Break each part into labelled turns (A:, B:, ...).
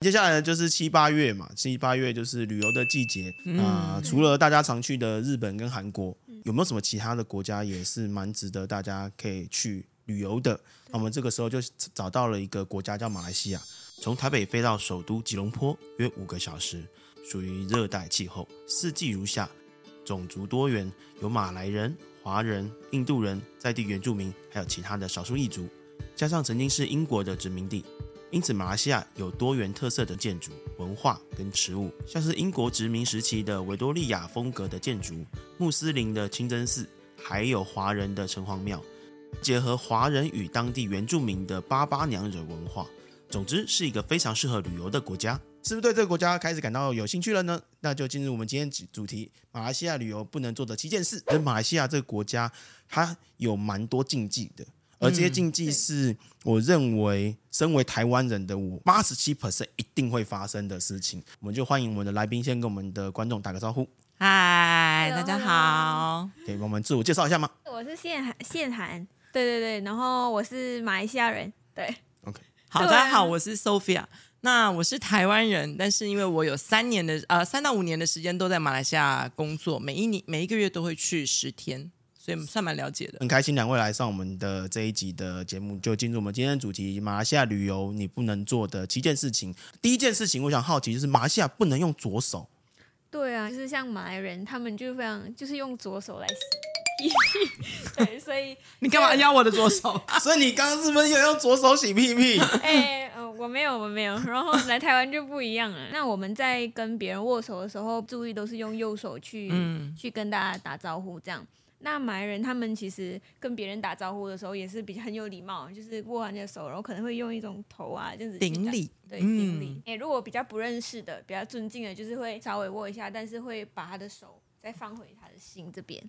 A: 接下来呢就是七八月嘛，七八月就是旅游的季节啊、除了大家常去的日本跟韩国，有没有什么其他的国家也是蛮值得大家可以去旅游的？那我们这个时候就找到了一个国家叫马来西亚，从台北飞到首都吉隆坡约五个小时，属于热带气候，四季如夏，种族多元，有马来人、华人、印度人、在地原住民，还有其他的少数异族，加上曾经是英国的殖民地，因此，马来西亚有多元特色的建筑、文化跟食物，像是英国殖民时期的维多利亚风格的建筑、穆斯林的清真寺，还有华人的城隍庙，结合华人与当地原住民的巴巴娘惹文化。总之，是一个非常适合旅游的国家。是不是对这个国家开始感到有兴趣了呢？那就进入我们今天主主题：马来西亚旅游不能做的七件事。那马来西亚这个国家，它有蛮多禁忌的，而这些禁忌
B: 对
A: 是我认为身为台湾人的我，八十七 percent 一定会发生的事情。我们就欢迎我们的来宾先跟我们的观众打个招呼，
C: 嗨，大
B: Hello，
C: 家
B: hello
C: 好。
A: 可以帮我们自我介绍一下吗？
B: 我是宪涵，宪涵，对对对，然后我是马来西亚人，对，
C: 好，
B: 对啊
C: 大家好，我是 Sophia。那我是台湾人，但是因为我有三年的呃三到五年的时间都在马来西亚工作，每一年每一个月都会去十天，所以算蛮了解的。
A: 很开心两位来上我们的这一集的节目，就进入我们今天的主题：马来西亚旅游你不能做的七件事情。第一件事情，我想好奇就是马来西亚不能用左手，
B: 对啊，就是像马来人，他们就非常就是用左手来洗 对，所以
C: 你干嘛压我的左 手？
A: 啊所以你刚刚是不是有用左手洗屁屁？
B: 哎、呃，我没有，我没有，然后来台湾就不一样了。那我们在跟别人握手的时候，注意都是用右手去、
C: 嗯
B: 去跟大家打招呼，这样。那马来人他们其实跟别人打招呼的时候也是比较很有礼貌，就是握完你的手，然后可能会用一种头啊这样子去
C: 顶
B: 打
C: 礼
B: 对，
C: 嗯
B: 顶礼。哎、如果比较不认识的、比较尊敬的，就是会稍微握一下，但是会把他的手再放回他的心这边。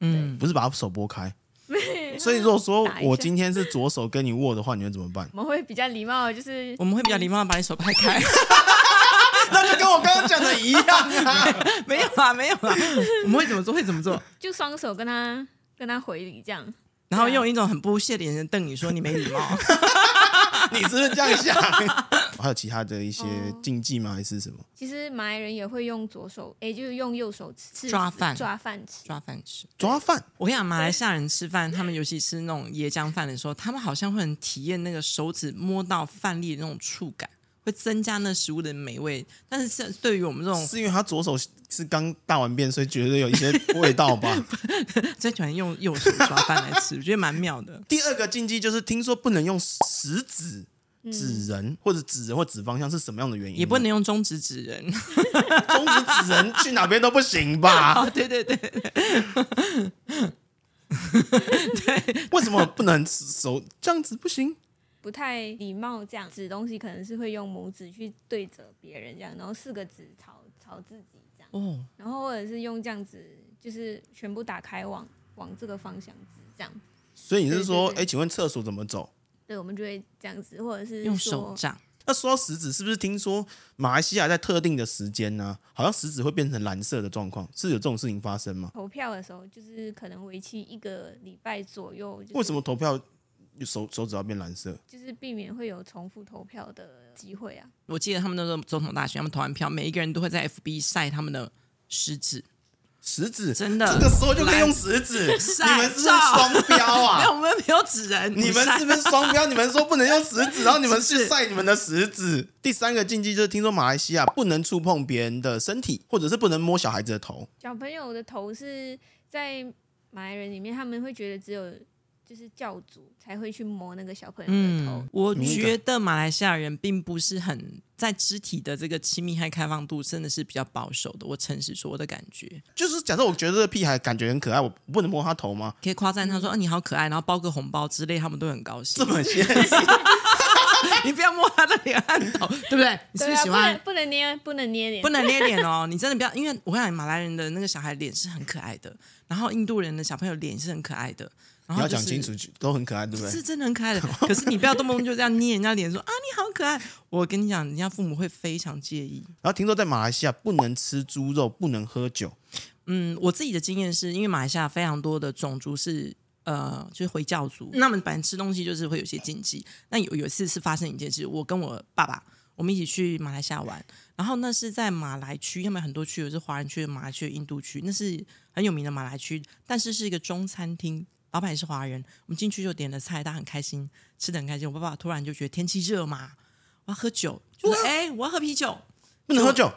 C: 嗯，
A: 不是把手拨开。所以如果说
B: 打一下
A: 我今天是左手跟你握的话，你会怎么办？
B: 我们会比较礼貌，就是
C: 我们会比较礼貌，把你手拍开。
A: 那就跟我刚刚讲的一样啊！
C: 没有啦，没有 啦，我们会怎么做？会怎么做？
B: 就双手跟他跟他回礼这样。
C: 然后用一种很不屑的眼神瞪你说你没礼 貌。
A: 你是不是这样想？ 还有其他的一些禁忌吗？还是什么？
B: 其实马来人也会用左手，诶，就是用右手吃
C: 抓饭
B: 抓饭吃。
C: 抓饭吃。
A: 抓饭
C: 我跟你讲，马来西亚人吃饭，他们尤其吃那种椰浆饭的时候，他们好像会很体验那个手指摸到饭粒的那种触感，会增加那食物的美味。但是像对于我们这种
A: 是因为他左手是刚大完便，所以觉得有一些味道吧？
C: 最喜欢用右手抓饭来吃，我觉得蛮妙的。
A: 第二个禁忌就是听说不能用食指指人，或者指人或指方向是什么样的原因呢？
C: 也不能用中指指人
A: 中指指人，去哪边都不行 吧？
C: 哦，对对对，
A: 为什么不能手这样子不行？
B: 不太礼貌，这样指东西可能是会用拇指去对着别人这样，然后四个指朝朝自己这样，
C: 哦，
B: 然后或者是用这样子，就是全部打开往往这个方向指这样。
A: 所以你是说，
B: 对对对
A: 哎，请问厕所怎么走？
B: 对，我们就会这样子，或者是
C: 用
B: 说
C: 手掌。
A: 那说到食指，是不是听说马来西亚在特定的时间呢、好像食指会变成蓝色的状况？是有这种事情发生吗？
B: 投票的时候，就是可能为期一个礼拜左右，就是、
A: 为什么投票手手指要变蓝色？
B: 就是避免会有重复投票的机会啊？
C: 我记得他们那时候总统大选，他们投完票，每一个人都会在 FB 晒他们的食指，
A: 食指
C: 真的
A: 这个时候就可以用食指，你
C: 晒
A: 们是不是双标
C: 没有，
A: 啊？
C: 我们没有指人，
A: 你
C: 不
A: 们
C: 晒
A: 是不是双标？你们说不能用食指，然后你们去晒你们的食指。第三个禁忌就是，听说马来西亚不能触碰别人的身体，或者是不能摸小孩子的头。
B: 小朋友的头是在马来人里面，他们会觉得只有就是教主才会去摸那个小朋友的头。
C: 嗯，我
A: 敏感
C: 觉得马来西亚人并不是很在肢体的这个亲密和开放度，真的是比较保守的。我诚实说，我的感觉
A: 就是假设我觉得这个屁孩感觉很可爱，我不能摸他头吗？
C: 可以夸赞他说：“啊，你好可爱。”然后包个红包之类，他们都很高兴
A: 这。嗯么现实。
C: 你不要摸他的脸和头，对 不对？你是
B: 对
C: 不是
B: 啊，
C: 喜
B: 不
C: 欢？
B: 能不能捏，不能捏脸，
C: 不能捏脸哦，你真的不要，因为我跟你讲马来人的那个小孩脸是很可爱的，然后印度人的小朋友脸是很可爱的，
A: 你
C: 然后、
A: 要
C: 就是、
A: 讲清楚，都很可爱，对不
C: 是
A: 对？
C: 真的很可爱的。可是你不要动不动就这样捏人家脸说啊你好可爱，我跟你讲，人家父母会非常介意。
A: 然后听说在马来西亚不能吃猪肉，不能喝酒，
C: 嗯，我自己的经验是因为马来西亚非常多的种族是呃，就是回教族，那么反正吃东西就是会有一些禁忌。那有有一次是发生一件事，我跟我爸爸，我们一起去马来西亚玩，然后那是在马来区，要么很多区，有是华人区、马来区、印度区，那是很有名的马来区，但是是一个中餐厅，老板也是华人，我们进去就点了菜，大家很开心，吃的很开心。我爸爸突然就觉得天气热嘛，我要喝酒，就说哎、我要喝啤酒，
A: 不能喝酒，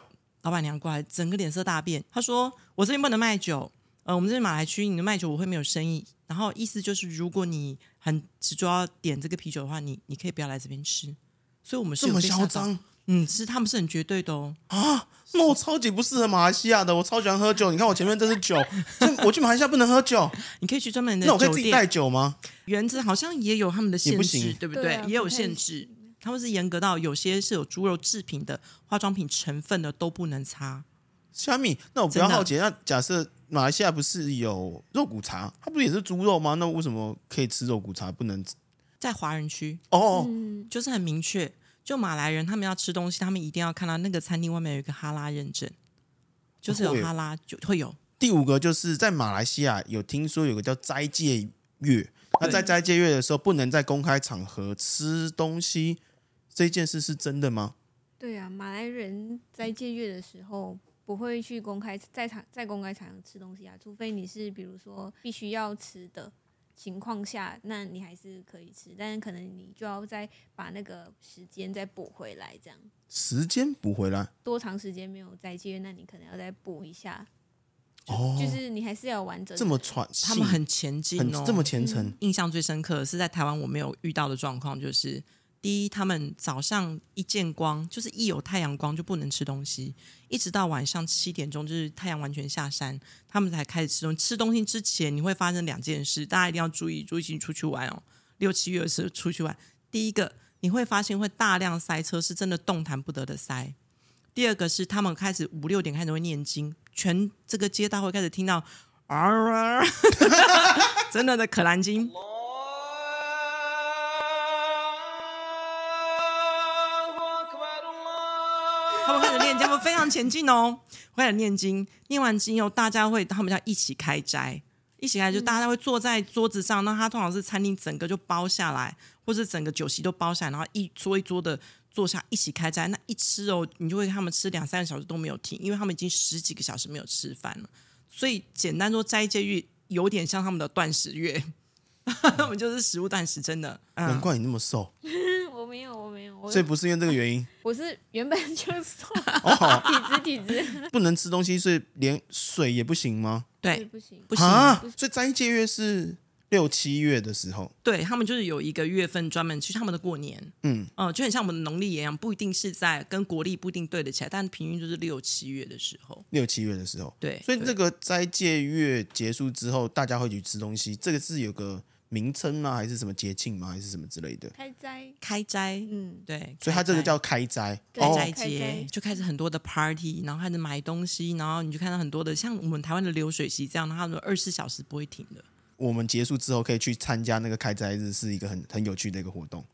C: 老板娘过来，整个脸色大变。她说：“我这边不能卖酒，呃，我们这边马来区，你的卖酒我会没有生意。然后意思就是，如果你很执着要点这个啤酒的话，你你可以不要来这边吃。所以我们是
A: 这
C: 有
A: 么
C: 被吓
A: 嚣
C: 到，
A: 张
C: 嗯，是他们是很绝对的哦。
A: 啊！那我超级不适合马来西亚的，我超喜欢喝酒。你看我前面这是酒，这我去马来西亚不能喝 酒，
C: 你可以去专门的
A: 那我可以
C: 酒
A: 自己
C: 店
A: 带，酒吗？
C: 原则好像也有他们的
A: 也
C: 限
A: 不
C: 制
A: 行，
C: 对不
B: 对啊
C: 也有
B: 不太
C: 限制，他们是严格到有些是有猪肉制品的、化妆品成分的都不能擦。
A: 虾米，那我比较好奇，那假设马来西亚不是有肉骨茶，它不是也是猪肉吗？那为什么可以吃肉骨茶，不能吃？
C: 在华人区，
A: 哦，
B: 嗯，
C: 就是很明确。就马来人他们要吃东西，他们一定要看到那个餐厅外面有一个哈拉认证，就是有
A: 会
C: 哈拉就会有。
A: 第五个就是在马来西亚有听说有个叫斋戒月，那
C: 对
A: 在斋戒月的时候不能在公开场合吃东西，这件事是真的吗？
B: 对啊，马来人在借阅的时候不会去公开在场在公开场合吃东西啊，除非你是比如说必须要吃的情况下，那你还是可以吃，但是可能你就要再把那个时间再补回来，这样
A: 时间补回来
B: 多长时间没有在借阅，那你可能要再补一下，
A: 哦，
B: 就是你还是要完整的
A: 这么传信，
C: 他们很前进
A: 很
C: 哦，
A: 这么虔诚，
C: 印象最深刻的是在台湾我没有遇到的状况，就是第一，他们早上一见光，就是一有太阳光就不能吃东西，一直到晚上七点钟，就是太阳完全下山，他们才开始吃东西。吃东西之前，你会发生两件事，大家一定要注意，注意请出去玩哦。六七月的时候出去玩，第一个你会发现会大量塞车，是真的动弹不得的塞。第二个是他们开始五六点开始会念经，全这个街道会开始听到 啊，真的的可兰经，
D: الله أكبر الله
C: 他们开始念经，他们非常前进哦，会开始念经，念完经以后，大家会他们叫一起开斋，一起开斋就大家会坐在桌子上，那他通常是餐厅整个就包下来，或是整个酒席都包下来，然后一桌一桌的坐下一起开斋，那一吃哦，你就会他们吃两三个小时都没有停，因为他们已经十几个小时没有吃饭了，所以简单说斋戒月有点像他们的断食 月。他们就是食物断食，真的。嗯
A: 难，怪你那么瘦，
B: 我没有，我没有，我
A: 所以不是因为这个 原因
B: 我是原本 就瘦，
A: 哦，
B: 体质体质，
A: 不能吃东西，所以连水也不行吗？
B: 对，
C: 对，
B: 不行，
C: 不行，
A: 啊，所以斋戒月是六七月的时候，
C: 对他们就是有一个月份专门去他们的过年，
A: 嗯，
C: 呃，就很像我们的农历一样，不一定是在跟国历不一定对得起来，但平均就是六七月的时候，
A: 六七月的时候，
C: 对，
A: 所以这
C: 对
A: 个斋戒月结束之后，大家会去吃东西，这个是有个名称吗？还是什么节庆吗？还是什么之类的？
B: 开斋，
C: 开斋，
B: 嗯，
C: 对，
A: 所以它这个叫开斋
B: 对
C: 开
A: 哦，
C: 斋
B: 开斋
C: 节，就开始很多的 party，然后开始买东西，然后你就看到很多的像我们台湾的流水席这样，他们二十四小时不会停的，
A: 我们结束之后可以去参加那个开斋日，是一个很很有趣的一个活动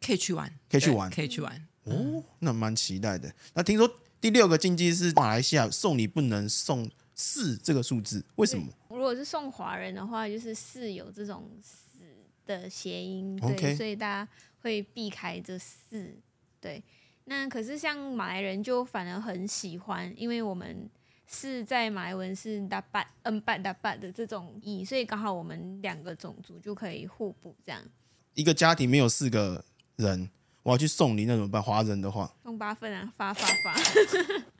C: 可以去玩，
A: 可以去
C: 对
A: 玩
C: 可以去玩，
A: 哦。那蛮期待的。那听说第六个禁忌是马来西亚送礼不能送四这个数字，为什么？
B: 如果是送华人的话，就是四有这种死的谐音，对
A: OK
B: 所以大家会避开这四。对，那可是像马来人就反而很喜欢，因为我们是在马来文是 d a b a t 嗯 b a t d a b a t 的这种意，所以刚好我们两个种族就可以互补，这样
A: 一个家庭没有四个人，我要去送礼，那怎么办？华人的话
B: 送八份啊，发发发。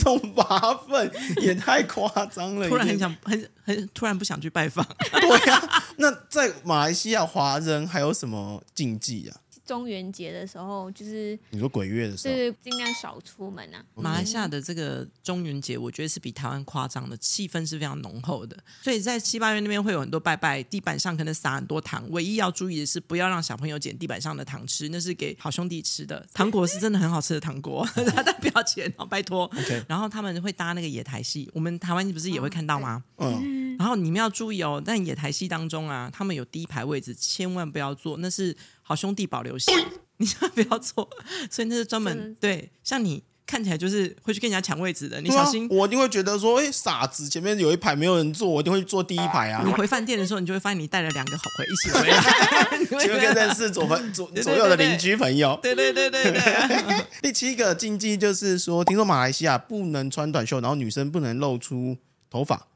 A: 送八份也太夸张了，
C: 突然
A: 已经
C: 很想很很突然不想去拜访，
A: 对啊，那在马来西亚华人还有什么禁忌啊？
B: 中元节的时候，就是
A: 你说鬼月的时
B: 就
A: 候，
B: 是尽量少出门啊，
C: 马来西亚的这个中元节，我觉得是比台湾夸张的，气氛是非常浓厚的。所以在七八月那边会有很多拜拜，地板上可能撒很多糖。唯一要注意的是，不要让小朋友捡地板上的糖吃，那是给好兄弟吃的。糖果是真的很好吃的糖果，但不要钱哦，拜托。
A: OK
C: 然后他们会搭那个野台戏，我们台湾不是也会看到吗？
A: 嗯，
C: 然后你们要注意哦，但野台戏当中啊，他们有第一排位置，千万不要坐，那
A: 哎
C: 是好兄弟保留席，你千万不要坐。所以那是专
B: 真
C: 门对，像你看起来就是会去跟人家抢位置的，你
A: 对啊
C: 小心。
A: 我一定会觉得说，哎，傻子，前面有一排没有人坐，我一定会坐第一排啊
C: 你。回饭店的时候，你就会发现你带了两个好朋友一起回 来，你会
A: 就
C: 觉
A: 跟
C: 得
A: 认识左朋左
C: 对对
A: 左右的邻居朋友。
C: 对对对对 对，
A: 第七个禁忌就是说，听说马来西亚不能穿短袖，然后女生不能露出头发，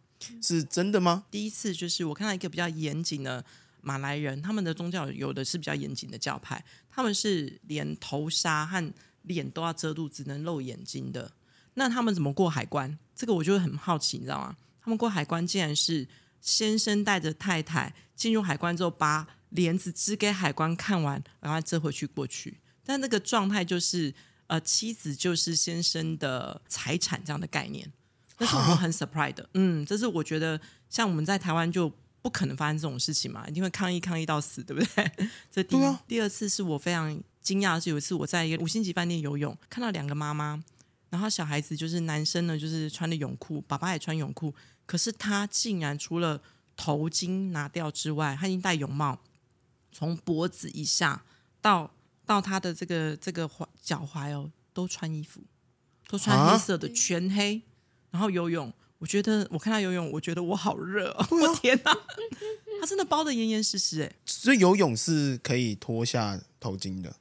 A: 是真的吗？
C: 第一次就是我看到一个比较严谨的马来人，他们的宗教有的是比较严谨的教派，他们是连头纱和脸都要遮住，只能露眼睛的。那他们怎么过海关？这个我就会很好奇，你知道吗？他们过海关竟然是先生带着太太进入海关之后，把帘子支给海关看完，然后遮回去过去。但那个状态就是，呃，妻子就是先生的财产这样的概念。那是我们很 surprise 的，嗯，这是我觉得像我们在台湾就不可能发生这种事情嘛，一定会抗议抗议到死，对不对？这第一，
A: 对啊
C: 第二次是我非常惊讶的是，有一次我在一个五星级饭店游泳，看到两个妈妈，然后小孩子就是男生呢，就是穿的泳裤，爸爸也穿泳裤，可是他竟然除了头巾拿掉之外，他已经戴泳帽，从脖子以下到到他的这个这个踝脚踝哦，都穿衣服，都穿黑色的，全黑，然后游泳。我觉得我看他游泳，我觉得我好热、哦，
A: 啊
C: 我 天哪！他真的包的严严实实哎，
A: 所以游泳是可以脱下头巾的。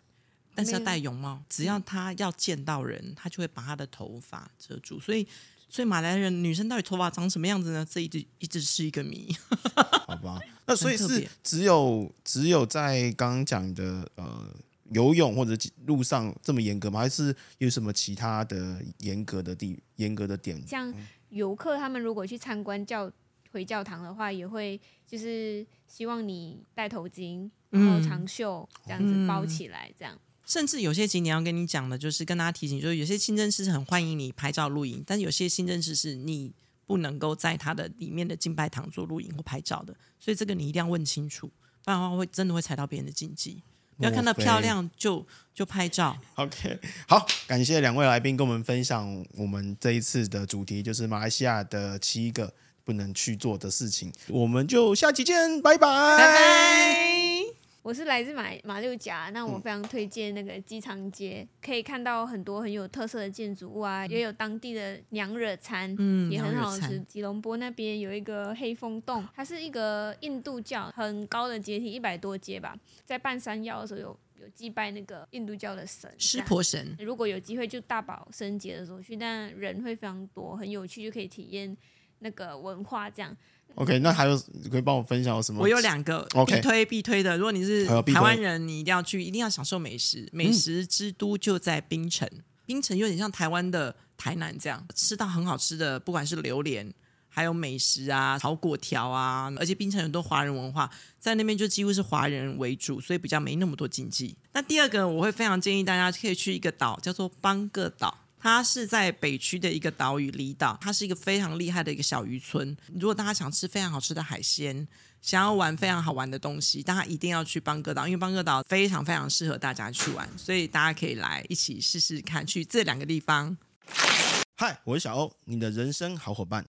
C: 但是要
B: 没有嗯
C: 戴泳帽，只要他要见到人，他就会把他的头发遮住。所以，所以马来人女生到底头发长什么样子呢？这一直一直是一个谜。
A: 好吧，那所以
C: 很特
A: 是
C: 别
A: 只有只有在刚刚讲的呃游泳或者路上这么严格吗？还是有什么其他的严格的地严格的点？
B: 像
C: 嗯
B: 游客他们如果去参观教回教堂的话，也会就是希望你戴头巾，然后
C: 嗯
B: 长袖这样子包起来，这样。
C: 甚至有些景点要跟你讲的，就是跟大家提醒，就是有些清真寺是很欢迎你拍照录影，但有些清真寺是你不能够在它的里面的敬拜堂做录影或拍照的，所以这个你一定要问清楚，不然的话会真的会踩到别人的禁忌。不要看到
A: 莫非
C: 漂亮就就拍照，
A: OK，好，感谢两位来宾跟我们分享我们这一次的主题，就是马来西亚的七个不能去做的事情。我们就下期见，拜拜，
C: 拜拜。
B: 我是来自马马六甲，那我非常推荐那个机场街，可以看到很多很有特色的建筑物啊，也有当地的娘惹餐，
C: 嗯
B: 也很
C: 娘惹
B: 好吃。
C: 餐
B: 吉隆坡那边有一个黑风洞，它是一个印度教很高的阶梯，一百多阶吧，在半山腰的时候有有祭拜那个印度教的神
C: 湿
B: 这样
C: 婆神，
B: 如果有机会就大宝升节的时候去，但人会非常多，很有趣，就可以体验那个文化这样。
A: OK，那还有可以帮我分享有什么？
C: 我有两个
A: OK
C: 必推必推的。如果你是
A: 好必推嗯
C: 台湾人，你一定要去，一定要享受美食。美食之都就在槟城，槟城有点像台湾的台南这样，吃到很好吃的，不管是榴莲。还有美食啊，炒粿条啊，而且槟城有很多华人文化，在那边就几乎是华人为主，所以比较没那么多禁忌。那第二个，我会非常建议大家可以去一个岛，叫做邦个岛。它是在北区的一个岛屿离岛，它是一个非常厉害的一个小渔村。如果大家想吃非常好吃的海鲜，想要玩非常好玩的东西，大家一定要去邦哥岛，因为邦哥岛非常非常适合大家去玩，所以大家可以来一起试试看，去这两个地方。
A: 嗨，我是小欧，你的人生好伙伴。